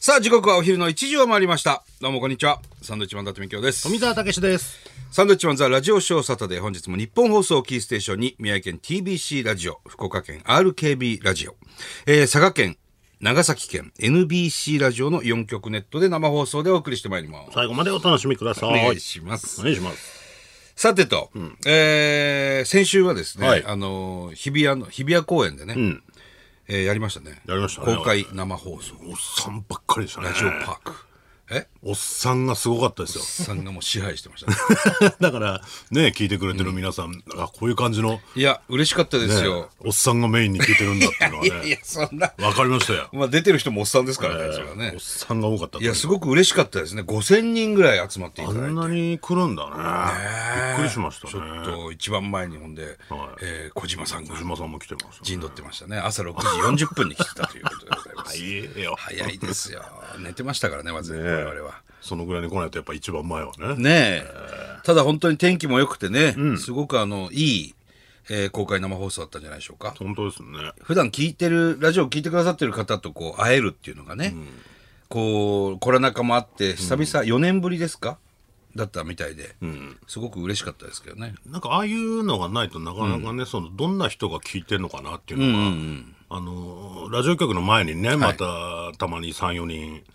さあ、時刻はお昼の1時を回りました。どうもこんにちは。サンドウィッチマン伊達美京です。富澤たけしです。サンドウィッチマンザラジオショーサタデー。本日も日本放送をキーステーションに、宮城県 TBC ラジオ、福岡県 RKB ラジオ、えー佐賀県、長崎県 NBC ラジオの4局ネットで生放送でお送りしてまいります。最後までお楽しみください。お願いしますお。願いします。さてと、えー先週はですね、はいあのー日比谷の日比谷公園でね、えーやりましたねやりましたね公開生放送おっさんばっかりでしたね。ラジオパークえおっさんがすごかったですよ。さんがもう支配してました、ね、 だから、ね、聞いてくれてる皆さん、あ、こういう感じの、いや嬉しかったですよ、おっさんがメインに聞いてるんだ っていうのいやはいねや、そんな、わかりましたよ。まあ、出てる人もおっさんですからね、それはおねっさんが多かったといやすごく嬉しかったですね5000人ぐらい集まっていあただいてんなに来るんだね。びっくりしましたちょっね。と一番前にほんで、えー小島さんが小島さんも来てます、陣取ってましたね朝6時40分に来てたということでございますいいよ。早いですよ。寝てましたからね、まず、我々は。そのぐらいに来ないとやっぱ一番前はねね。え。ただ本当に天気も良くてね、すごくあの、いい、えー公開生放送だったんじゃないでしょうか。本当ですね。普段聞いてる、ラジオ聞いてくださってる方とこう、会えるっていうのがね、こう、コロナ禍もあって、久々、4年ぶりですかだったみたいで、すごく嬉しかったですけどね。なんかああいうのがないとなかなかね、そのどんな人が聞いてるのかなっていうのが、あのーラジオ局の前にね、またたまに34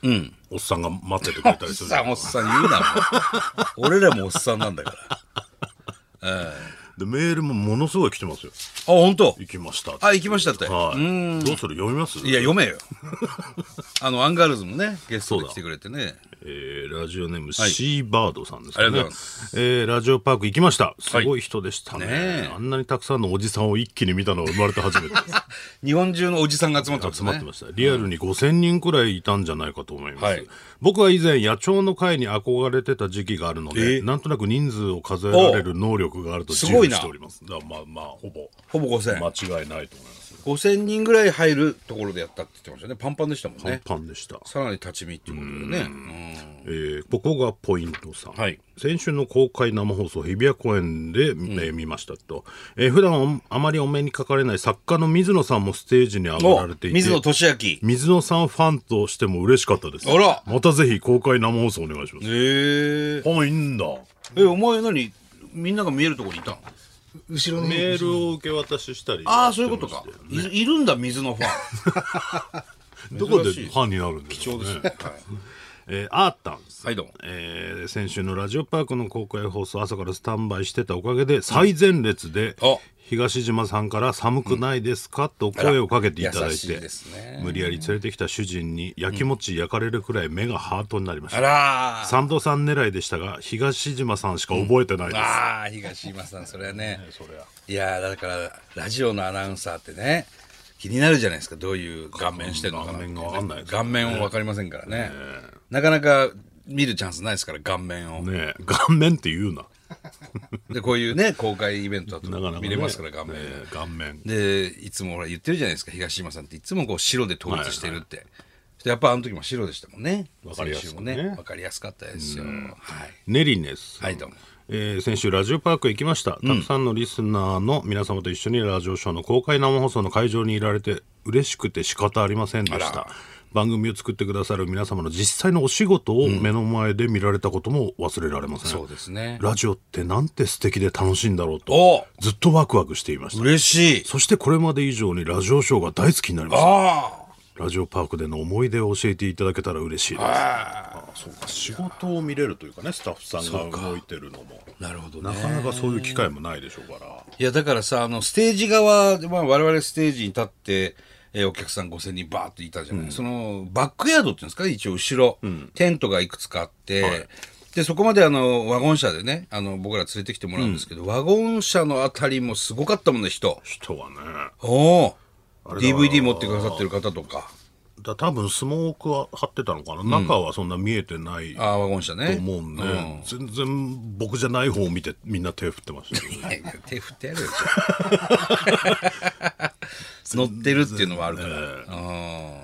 人、おっさんが待っててくれたりすおっるさん、おっさん言うな、もう 俺らもおっさんなんだから。あ、でメールもものすごい来てますよ本当行きましたってあ、行きましたって。はいどうする読みますいや、読め よ。あの、アンガールズもね、ゲストで来てくれてね。えーラジオネーム、シーバードさんですあねりがとうございまえーラジオパーク行きましたすごい人でしたね,、ねえあんなにたくさんのおじさんを一気に見たのは生まれて初めてです日本中のおじさんが集まってます集まってねま。した、リアルに5000人くらいいたんじゃないかと思います、はい僕は以前野鳥の会に憧れてた時期があるので、えーなんとなく人数を数えられる能力があるとす自ごい負なしておりますだからまあまあほぼほぼ5000。間違いないと思います5000人ぐらい入るところでやったって言ってましたね。パンパンでしたもんパンね。パンでした、さらに立ち見っていうことでね。うんえーここがポイントさん、はい先週の公開生放送日比谷公園で、えー見ましたと、えー普段あまりお目にかかれない作家の水野さんもステージに上がられていおて水野俊明。水野さんファンとしても嬉しかったですあらまたぜひ公開生放送お願いしますええ。あ、いいんだ。え、お前何みんなが見えるところにいたの後ろのメールを受け渡ししたり。ああ、そういうことか。いいるんだ、水のファン。どこで珍しいファンになるんで すちょうどですね。はいえー、アータンさんはい、どうも。えー先週のラジオパークの公開放送朝からスタンバイしてたおかげで最前列であ東島さんから「寒くないですか?」と声をかけていただい、優していですね無理やり連れてきた主人にやきもち焼かれるくらい目がハートになりましあたらー。サンドさん狙いでしたが東島さんしか覚えてないです、ああ、東島さん、それはね。そりゃいやーだからラジオのアナウンサーってね気になるじゃないですかどういう顔面してるのかなって、顔面がわかんないですよ顔面は分かりませんからねなかなか見るチャンスないですから顔面を、ねえ顔面って言うなでこういうね公開イベントだなかなか、とね、見れますから顔面、ねえ顔面でいつもほら言ってるじゃないですか東島さんっていつもこう白で統一してるって、そしてやっぱあの時も白でしたもんねわかりやすくね先週もね分かりやすかったですよ、はい、ネリネスさんはいどうもえー先週ラジオパークへ行きましたたくさんのリスナーの皆様と一緒にラジオショーの公開生放送の会場にいられて嬉しくて仕方ありませんでしあらた番組を作ってくださる皆様の実際のお仕事を目の前で見られたことも忘れられません、そうですねラジオってなんて素敵で楽しいんだろうおとずっとワクワクしていました嬉しいそしてこれまで以上にラジオショーが大好きになりましたあラジオパークでの思い出を教えていただけたら嬉しいですああそうか仕事を見れるというかねスタッフさんが動いてるのもあなるほどねなかなかそういう機会もないでしょうから。いやだからさあのステージ側で、まあ、我々ステージに立って、えーお客さん5,000人バーッといたじゃない、そのバックヤードっていうんですか一応後ろ、テントがいくつかあって、でそこまであのワゴン車でねあの僕ら連れてきてもらうんですけど、ワゴン車のあたりもすごかったもんね人人はね。おおあれだ DVD 持ってくださってる方とかだ多分スモークは張ってたのかな、中はそんな見えてないあとーワゴン車ね思うんで、全然僕じゃない方を見てみんな手振ってましたよねはい手振ってやるよ じゃあ乗ってるっていうのはあるから、うん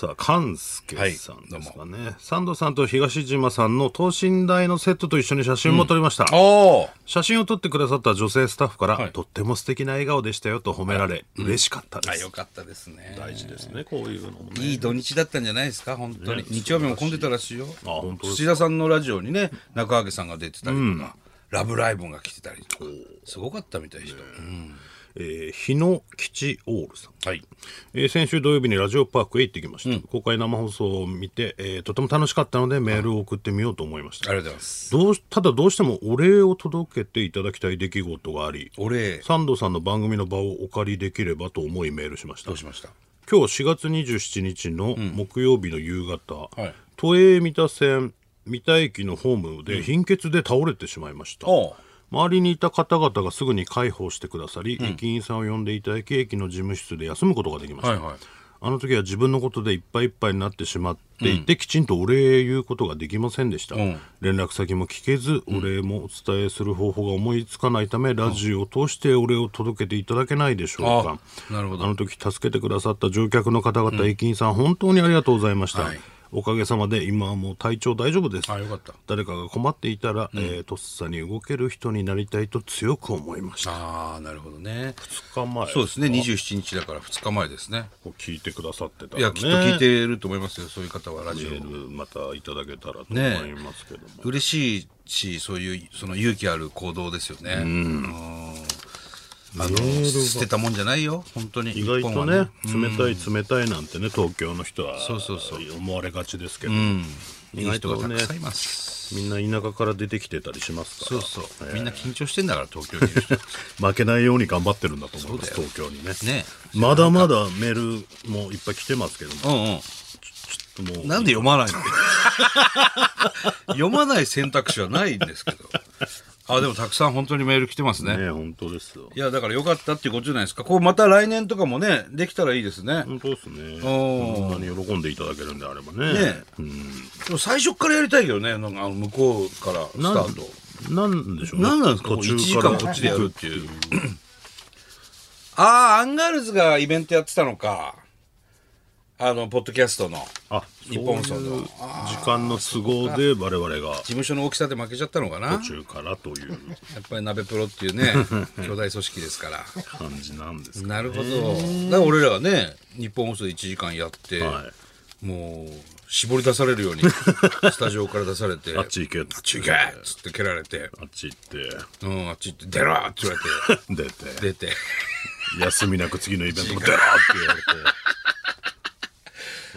さあ勘介さんですかね、サンドさんと東島さんの等身大のセットと一緒に写真も撮りました、おー写真を撮ってくださった女性スタッフから、はいとっても素敵な笑顔でしたよと褒められ、嬉しかったであす、よかったですね大事ですねこういうのもねいい土日だったんじゃないですか本当に、ね日曜日も混んでたらしいよあ本当です土か田さんのラジオにね中揚さんが出てたりとか、ラブライブが来てたりとかすごかったみたい人、うんえー日野吉オールさん、はいえー先週土曜日にラジオパークへ行ってきました、公開生放送を見て、えーとても楽しかったのでメールを送ってみようと思いました、ありがとうございますどうしただどうしてもお礼を届けていただきたい出来事がありお礼サンドさんの番組の場をお借りできればと思いメールしましたどうしました今日4月27日の木曜日の夕方、はい都営三田線三田駅のホームで貧血で倒れてしまいました、おう周りにいた方々がすぐに介抱してくださり、駅員さんを呼んでいただき駅の事務室で休むことができました、はいはいあの時は自分のことでいっぱいいっぱいになってしまっていて、きちんとお礼言うことができませんでした、ん連絡先も聞けずお礼もお伝えする方法が思いつかないため、ラジオを通してお礼を届けていただけないでしょうかあなるほどあの時助けてくださった乗客の方々、駅員さん本当にありがとうございました、はいおかげさまで今はもう体調大丈夫ですあよかった誰かが困っていたら、えーとっさに動ける人になりたいと強く思いましたああなるほどね2日前そうですね27日だから2日前ですね聞いてくださってたらいやきっと聞いてると思いますよそういう方はラジメオールまたいただけたらと思ねえいますけども、嬉しいしそういうその勇気ある行動ですよねうんあの捨てたもんじゃないよ本当に意外日と本ねは冷たい冷たいなんてね東京の人はそうそうそう思われがちですけど、い意い外人とがたねくさんいますみんな田舎から出てきてたりしますかそらうそう、ええみんな緊張してんだから東京にいる人負けないように頑張ってるんだと思いますそう東京にねねまだまだメールもいっぱい来てますけど うもちょっともんううんなんで読まないの 読まない選択肢はないんですけどあでもたくさん本当にメール来てますねねえ本当ですよいやだからよかったっていうことじゃないですかこうまた来年とかもねできたらいいですね、本当ですねおーこんなに喜んでいただけるんであればねねでも最初っからやりたいけどねなんかあの向こうからスタなんートなんでしょうねなんなんですか途こう一時中間からこっちでやるっていうああアンガールズがイベントやってたのかあのポッドキャストのあそう日い本放う送の時間の都合で我々が事務所の大きさで負けちゃったのかなや途中からというっぱり鍋プロっていう ね巨大組織ですから感じなんですかなるほどだから俺らはね日本放送で1時間やって、はもう絞り出される ようにスタジオから出されてあっち行けあっあっち行けっつって蹴られて、あっち行っうん、あっち行って出ろって言われてて出て出て休みなく次のイベントも出ろって言われて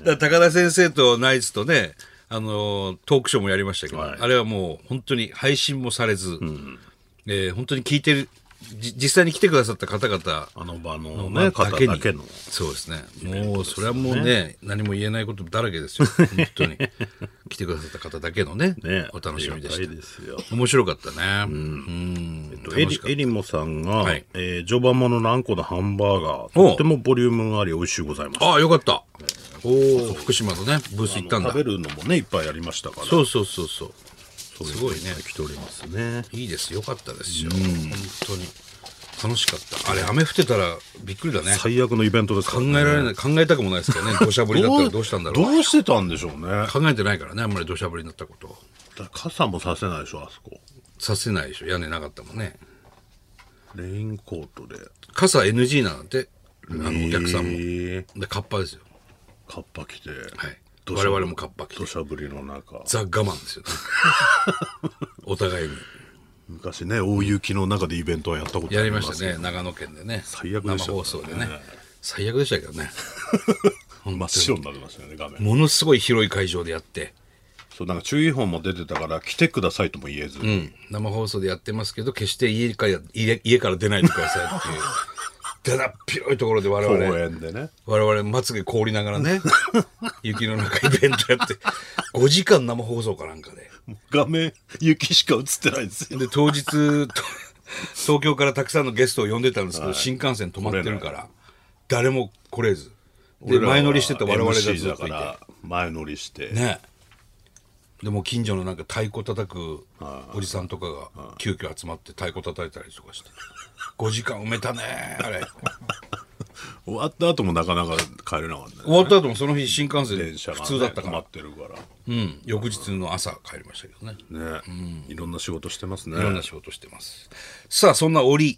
だから高田先生とナイツとね、あのートークショーもやりましたけど、はいあれはもう本当に配信もされず、えー本当に聞いてるじ実際に来てくださった方々あの場 のまあね方だけのそうですねもうそれはもうね何も言えないことだらけですよ本当 に来てくださった方だけのねねお楽しみであしりたがたいですよ面白かったねうんえっとエリエリモさんが、はいえー常磐もののあんこのハンバーガーおうとってもボリュームがあり美味しゅうございましたああよかったおお福島のねブース行ったんだ食べるのもねいっぱいありましたからそうそうそうそうそううすごいねのが来ておりますねいいですよかったですよ、本当に楽しかったあれ雨降ってたらびっくりだね最悪のイベントですか考らえねられない考えたくもないですけど ね土砂降りだったらどうしたんだろうどうしてたんでしょうね考えてないからねあんまり土砂降りになったこと傘もさせないでしょあそこさせないでしょ屋根なかったもんねレインコートで傘 NG なんてあのお客さんも、えーでカッパですよカッパ着て、はい土我砂々もカッパ着て土砂降りの中ザ・我慢です よ、ね、お互いに昔ね大雪の中でイベントはやったことやありますしたね長野県でね最悪でした生ね放送でね最悪でしたけどね真っ白になりましたよね画面ものすごい広い会場でやってそうなんか注意報も出てたから来てくださいとも言えず、うん、生放送でやってますけど決して家から家家から出ないでくださいっていうだ だっ広いところで我公々園でね我々まつげ凍りながら ね雪の中イベントやって5時間生放送かなんかで画面雪しか映ってないんですよで当日と東京からたくさんのゲストを呼んでたんですけど、新幹線止まってるから誰も来れずで前乗りしてた我々がずっ MC だといかてら前乗りして、ねでもう近所のなんか太鼓叩くおじさんとかが急遽集まって太鼓叩いたりとかして5時間埋めたねあれ終わった後もなかなか帰れなかった、終わった後もその日新幹線で電車普が、ね、通だったから、待ってるからうん、翌日の朝帰りましたけどねね、いろんな仕事してますね。いろんな仕事してます。さあ、そんな折、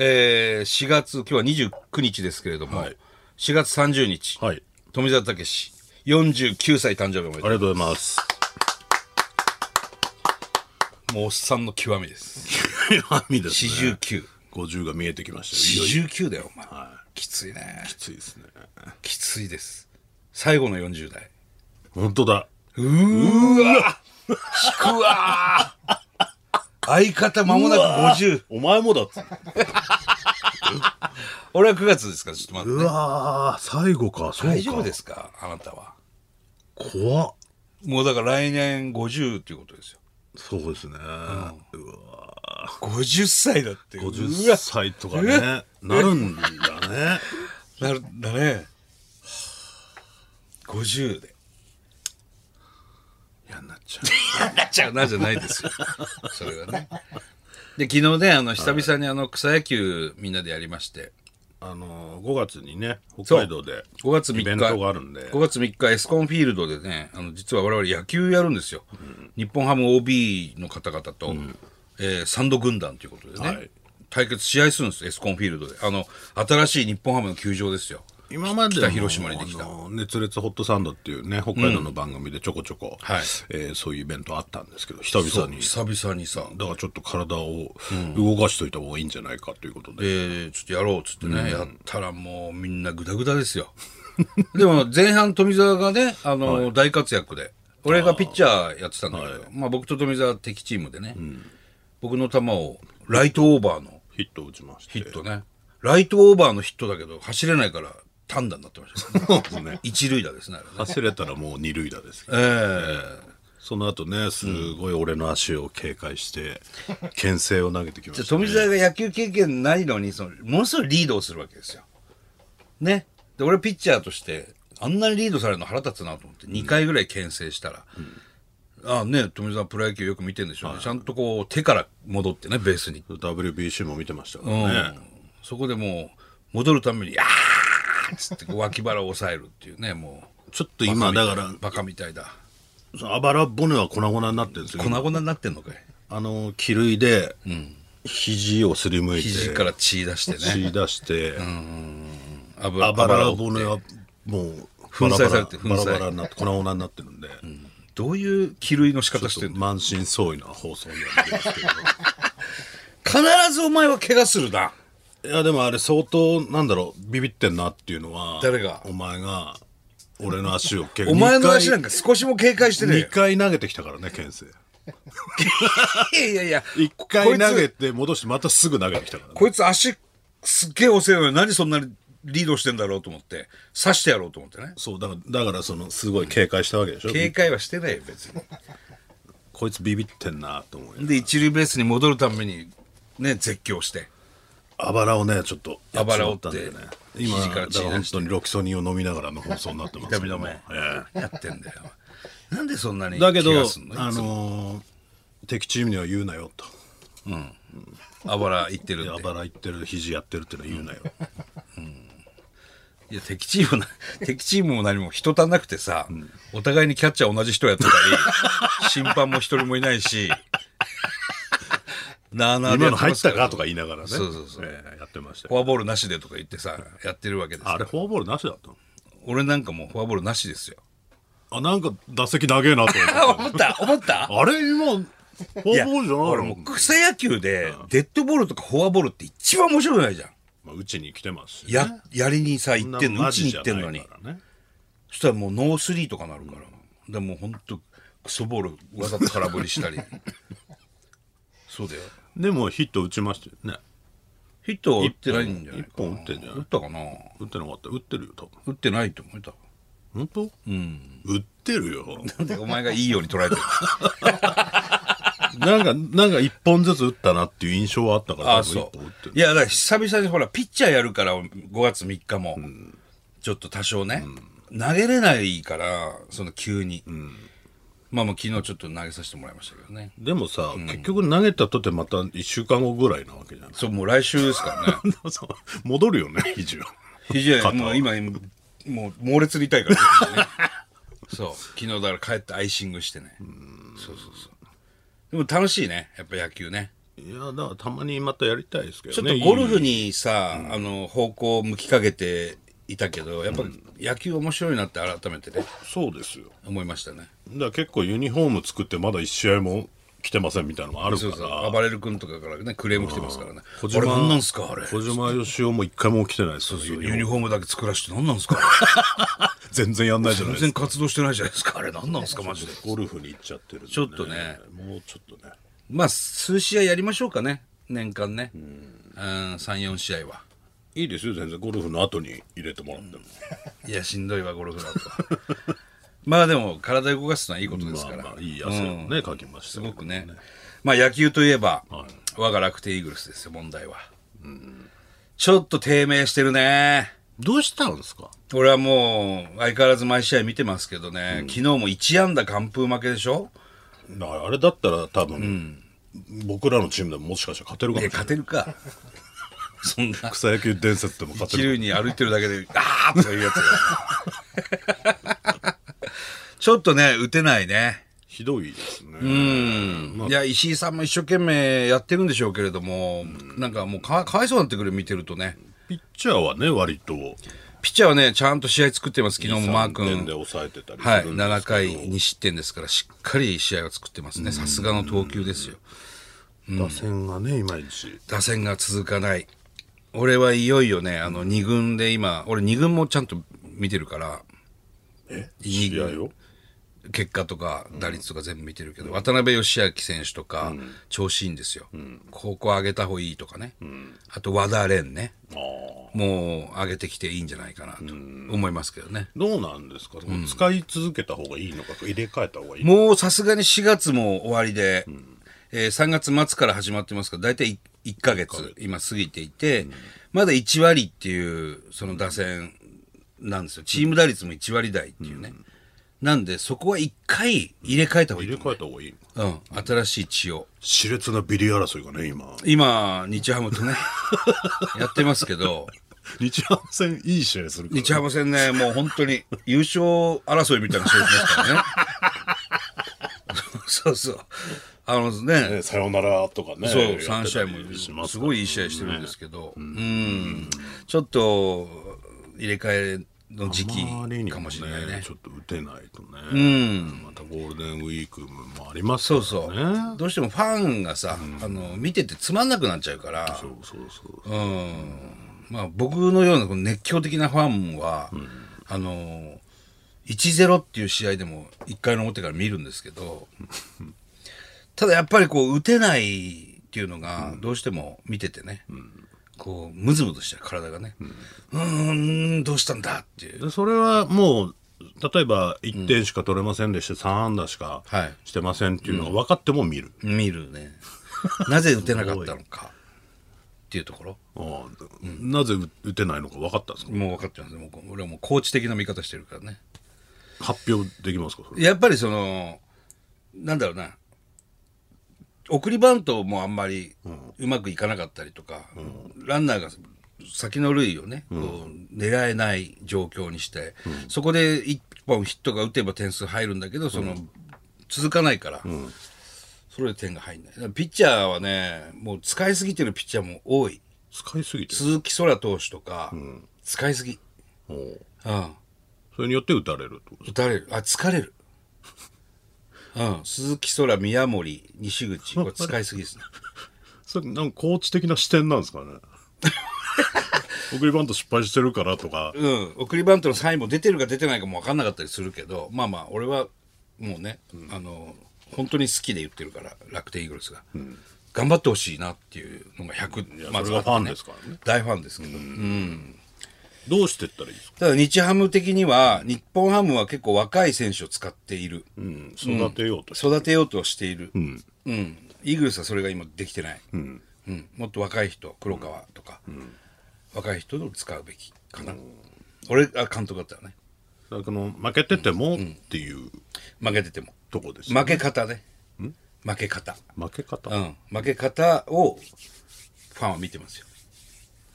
えー4月、今日は29日ですけれども、はい4月30日、はい、あ富澤たけし、49歳誕生日おめでとりがとうございます。う。もうおっさんの極みです。闇ですね。 49。五十が見えてきましたよ。いよいよ49だよ、お前。きついね。きついですね。きついです。最後の40代。本当だ。引くわ相方間もなく50。お前もだっつ。俺は9月ですから、ちょっと待っうて。わー、最後か。そうか。大丈夫ですかあなたは。怖っ。もうだから来年50っていうことですよ。そうですね。 50歳だって。五十、うわ歳とかね、なるんだね。なるだね。50で。嫌になっちゃなっちゃうなじゃないですよ。それはね。で、昨日ね、あの、久々にあの、草野球みんなでやりまして、う。あのー、五月にね、北海道で。 5月3日、イベントがあるんで5月3日、エスコンフィールドでね、あの、実は我々野球やるんですよ。日本ハム OB の方々と、えーサンド軍団ということでね、はい対決試合するんです、エスコンフィールドで。あの、新しい日本ハムの球場ですよ。今までも北広島にできたあの熱烈ホットサンドっていうね北海道の番組でちょこちょこ、はいえーそういうイベントあったんですけど久々にそう久々にさ、だからちょっと体を動かしといた方がいいんじゃないかということで、で、ちょっとやろうっつってね、やったらもうみんなグダグダですよ。 でも前半富澤がね、あの、大活躍で、俺がピッチャーやってたんだけど、まあ僕と富澤敵チームでね、僕の球をライトオーバーのヒットを打ちましてヒットね、ライトオーバーのヒットだけど走れないから単打になってました、ね。そうですね一塁打ですね、あれね走れたらもう二塁打ですけ ど、ええその後ねすごい俺の足を警戒して牽制を投げてきまじゃあした、ね、富澤が野球経験ないのにそのものすごいリードをするわけですよ。ね。で俺ピッチャーとしてあんなにリードされるの腹立つなと思って2回ぐらい牽制したら、ああね富澤プロ野球よく見てるんでしょうね、ちゃんとこう手から戻ってねベースに、 WBC も見てましたかうんらね、そこでもう戻るために「あーっつってこう脇腹を抑えるっていうねもうちょっと今だからバカみたいだそのあばら骨は粉々になってるんですよ粉々になってんのかいあの気類で肘をすりむいて肘から血出して血ね出して、ああばらを折って骨はもう粉砕されて粉砕バラバラバラバラになって粉々になってるんで、どういう気類の仕方してちんょのっと満身創痍な放送になってますけ必ずお前は怪我するな。ど いやでもあれ相当なんだろうビビってんなっていうのは誰がお前が俺の足を結構お前の足なんか少しも警戒してねえよ2回投げてきたからね牽制いやいやいや、 1回投こげいつ。て戻してまたすぐ投げてきたから、ね、こいつ足すっげえ遅いのに何そんなにリードしてんだろうと思って、刺してやろうと思ってね。そうだからだからそのすごい警戒したわけでしょ警戒はしてないよ、別に。こいつビビってんなと思うよで、一塁ベースに戻るために、ね、絶叫して。あばらをねちょっとあばらを折やっってちまったんだよね今肘だからか血出してら本当にロキソニンを飲みながらの放送になって ますけども痛み止めええやってんだよ。なんでそんなにだけど怪我すんの、あいつものー敵チームには言うなよと。あばら行ってるでっあて。ばら行ってる、肘やってるってのは言うなよ。いや、敵チームな、 敵チームも何も人足んなくてさ、お互いにキャッチャー同じ人やってたり、 審判も一人もいないし、なあなあで今やのて入まっすらたかとか言いながらね。そうそうそうええやってましたフォよ。アボールなしでとか言ってさ、やってるわけですよあれ、フォアボールなしだったの俺なんかもうフォアボールなしですよ。あ、なんか打席長えなと思 思って。った思ったあれ、今、フいォアや、ボールじゃ俺ないものう草野球で、デッドボールとかフォアボールって一番面白くないじゃん。まあ、打ちに来てますしね。や、やりにさ、そん行なってんの、マ打ちにジじ行ゃっなていんかのらにね。。そしたらもうノースリーとかなるから、でもうほんとクソボールわざと空振りした りそうだよでも、ヒット打ちましたよね。ヒットは打ってないんじゃないか一本打ってんじゃない打ったかな打ってなかった。打ってるよ、多分。打ってないと思えた本当うん。打ってるよ。なんでお前がいいように捉えてる なんか、なんか一本ずつ打ったなっていう印象はあったから、 ああ多分一そう本打ってるい。やだから久々にほらピッチャーやるから5月3日も、ちょっと多少ね、投げれないからその急に、まあまあ昨日ちょっと投げさせてもらいましたけどねでもさ、結局投げたとてまた1週間後ぐらいなわけじゃない そうもう来週ですからね そう戻るよね、肘は。肘は肩もう今、もう猛烈に痛いから、 そう。昨日だから帰ってアイシングしてね。そうそうそう。でも楽しいね。やっぱ野球ね。いやだからたまにまたやりたいですけちどょっねとゴルフにさ、あの、方向を向きかけていたけど、やっぱ野球面白いなって改めてね、そうですよ思いましたね。だから結構ユニフォーム作ってまだ1試合も来てませんみたいなのもあるかそうらそう。暴れる君とかからね、クレーム来てますからね。小あ島れ何なんすかあれ。小島よしおも一回も来てないですよユニフォーユニムフォームだけ作らして何なんですか全然やんないじゃない全然ですか活動してないじゃないですかあれ何なんですかマジでゴルフに行っちゃってるんでね、ちょっとねもうちょっとねまあ数試合やりましょうかね年間ね34試合はいいですよ全然ゴルフの後に入れてもらっても、いやしんどいわゴルフだと まあでも体動かすのはいいことですから、まあまあいい汗をね、かきましすたけどごくねまあ野球といえば、は我が楽天イーグルスですよ問題は、ちょっと低迷してるねどうしたんですか俺はもう相変わらず毎試合見てますけどね、昨日も1安打完封負けでしょだからあれだったら多分、僕らのチームでももしかしたら勝てるかもえしれない勝てる かそんな草野球伝説でも勝一てる塁に歩いてるだけで、 あーとかいうやつが。 ちょっとね、打てないね。ひどいですね、いや、石井さんも一生懸命やってるんでしょうけれども、なんかもうかかわいそうになってくる、見てるとね。ピッチャーはね割とピッチャーはね、ちゃんと試合作ってます。昨日もマー3点で君。抑えてたりすはい、るんで7すけど、回2失点ですから、しっかり試合を作ってますね。さすがの投球ですよ。打線がねいまいち打線が続かない。俺はいよいよね、あの、2軍で今、俺2軍もちゃんと見てるから、試合を結果とか打率とか全部見てるけど、渡辺義明選手とか調子いいんですよ、ここ上げた方がいいとかね、あと和田蓮ねああもう上げてきていいんじゃないかなと思いますけどね、どうなんですか、使い続けた方がいいのか入れ替えた方がいいのかもうさすがに4月も終わりで、えー3月末から始まってますから大体 1, ヶ月今過ぎていて、まだ1割っていうその打線なんですよチーム打率も1割台っていうね、なんでそこは1回入れ替えた方がい入いれ、替えた方がいいのかうん、新しい血を。熾烈なビリ争いがね今今、日ハム とね、やってますけど、日ハム戦いい試合するから、日ハム戦ね、もう本当に優勝争いみたいな試合しますから ね。そうそう。あのね、ねさよならとかねそう、やってた3り試合しもますすごいいい試合してるんですけど、うん、ちょっと入れ替えの時期あまりにかももしれないねねち。ょっと打てないとね、またゴールデンウィークもありますかそらうねそう、どうしてもファンがさ、あの、見ててつまんなくなっちゃうから、そうそうそうまあ、僕のようなこの熱狂的なファンは、あのー、1-0っていう試合でも1回の表から見るんですけど、ただやっぱりこう打てないっていうのがどうしても見ててね、こうムズムズしてる体がね、うーん、どうしたんだっていう。でそれはもう例えば1点しか取れませんでして、3安打しかはいしてませんっていうのが分かっても見る、見るね。なぜ打てなかったのかっていうところ。ああなぜ打てないのか分かったんですかもう分かってますもう俺はもうコーチ的な見方してるからね。発表できますかそれやっぱりその、なんだろうな、送りバントもあんまりうまくいかなかったりとか、ランナーが先の塁をね、こう狙えない状況にして、そこで1本ヒットが打てば点数入るんだけど、その、続かないから、それで点が入んない。だからピッチャーはね、もう使いすぎてるピッチャーも多い。使いすぎてる鈴木空投手とか、使いすぎ。おううんそれによって打たれるってこと打たれるあ疲れるうん鈴木空宮森西 口これ使いすぎですねそれなんかコーチ的な視点なんです かね送りバント失敗してるからとかうん送りバントのサインも出てるか出てないかも分かんなかったりするけどまあまあ俺はもうね、あの本当に好きで言ってるから楽天イーグルスが、頑張ってほしいなっていうのが100、やまずそれがあってファンですからね大ファンですけど、どうしてったらいいですか、ただ日ハム的には日本ハムは結構若い選手を使っているうん、育てようとして、育てようとしている、うんイーグルスはそれが今できてない、うんもっと若い人黒川とか、若い人を使うべきかな、俺が監督だったらねだからこの負けててもっていう負けててもとこですよ、負け方ね、負け方、負け方、うん、負け方をファンは見てますよ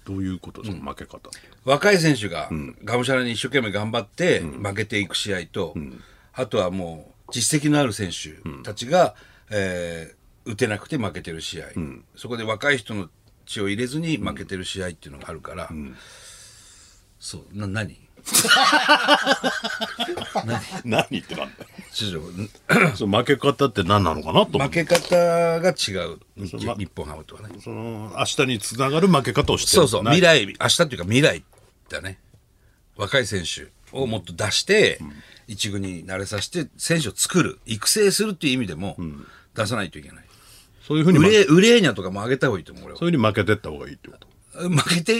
どういうことその負け方、若い選手ががむしゃらに一生懸命頑張って負けていく試合と、あとはもう実績のある選手たちが、えー打てなくて負けてる試合、そこで若い人の血を入れずに負けてる試合っていうのがあるから、そうな何 何言ってなんだちょっとその負け方って何なのかなと思負っけて方が違う日そうま日本ハムとはねその明日につながる負け方をしてそうそうない未来明日っていうか未来だね若い選手をもっと出して、一軍に慣れさせて選手を作る育成するっていう意味でも出さないといけない、そういうふうにウ負けレウレーニャとかも上げた方がいいと思う俺はそういうふうに負けてった方がいいってこと負けて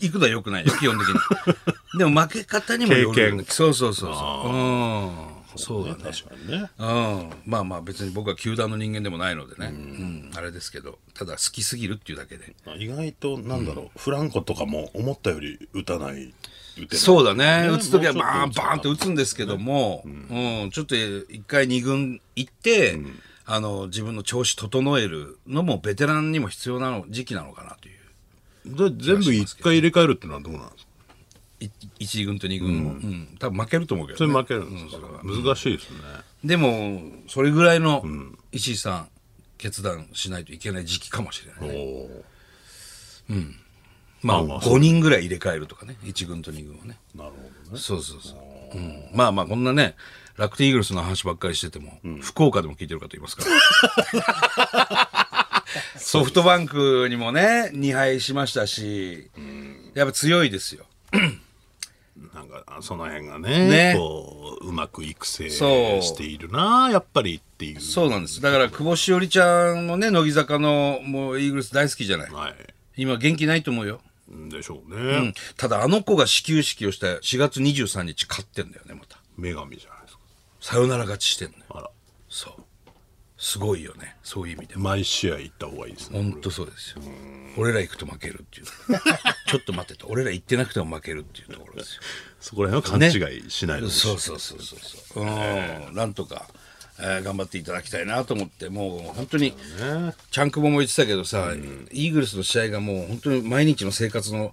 いくのはよくないよ基本的にでも負け方にもよ経る験そうそうそうそううんそうだね確かにねうん、まあまあ別に僕は球団の人間でもないのでね、うんあれですけどただ好きすぎるっていうだけで意外となんだろう、フランコとかも思ったより打たない打てないそうだね打つ時はもうちょっバーンバーンって打つんですけども、うんちょっと一回二軍行って、あの自分の調子整えるのもベテランにも必要なの時期なのかなというじゃあ全部一回入れ替えるってのはどうなんですかい一軍と二軍の、うん多分負けると思うけど、それね、負けるんですか難しいですね、でもそれぐらいの石井さん決断しないといけない時期かもしれない、おねーまあまあ5人ぐらい入れ替えるとかね一軍と二軍をねなるほどねそうそうそう。うん、まあまあ、こんなね、楽天イーグルスの話ばっかりしてても、福岡でも聞いてる方いますから。 ソフトバンクにもね、2敗しましたし、やっぱ強いですよ。なんかあその辺がねねこううまく育成そうしているなやっぱりっていうそうなんです。だから、久保しおりちゃんもね、乃木坂のもうイーグルス大好きじゃない。はい今、元気ないと思うよ。でしょうね、うん、ただ、あの子が始球式をした4月23日勝ってんだよね、また。女神じゃないですかさよなら勝ちしてんのよ。あらそう。すごいよね。そういう意味でも毎試合行った方がいいですね本当そうですよ俺ら行くと負けるっていうちょっと待ってと俺ら行ってなくても負けるっていうところですよそこら辺は勘違いしないでほしいそうそうそうそうそううんなんとか、えー頑張っていただきたいなと思ってもう本当にちゃんくぼも言ってたけどさ、イーグルスの試合がもう本当に毎日の生活の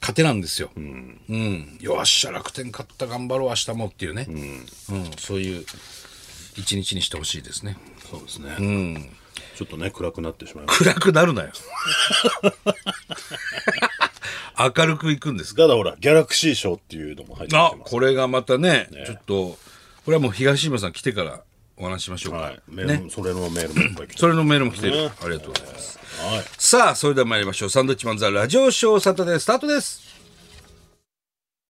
糧なんですよ、うんよっしゃ楽天勝った頑張ろう明日もっていうね、うんそういう一日にしてほしいですねそうですね、ちょっとね暗くなってしまいます暗くなるなよ明るくいくんですかただほらギャラクシー賞っていうのも入ってきてまあすこれがまたねちょっとこれはもう東島さん来てからお話ししましょうか、はい、メールも、それのメールもいっぱい来てそる。れのメールも来てる、ねありがとうございますはい。さあそれでは参りましょうサンドウィッチマンザラジオショーサタデースタートです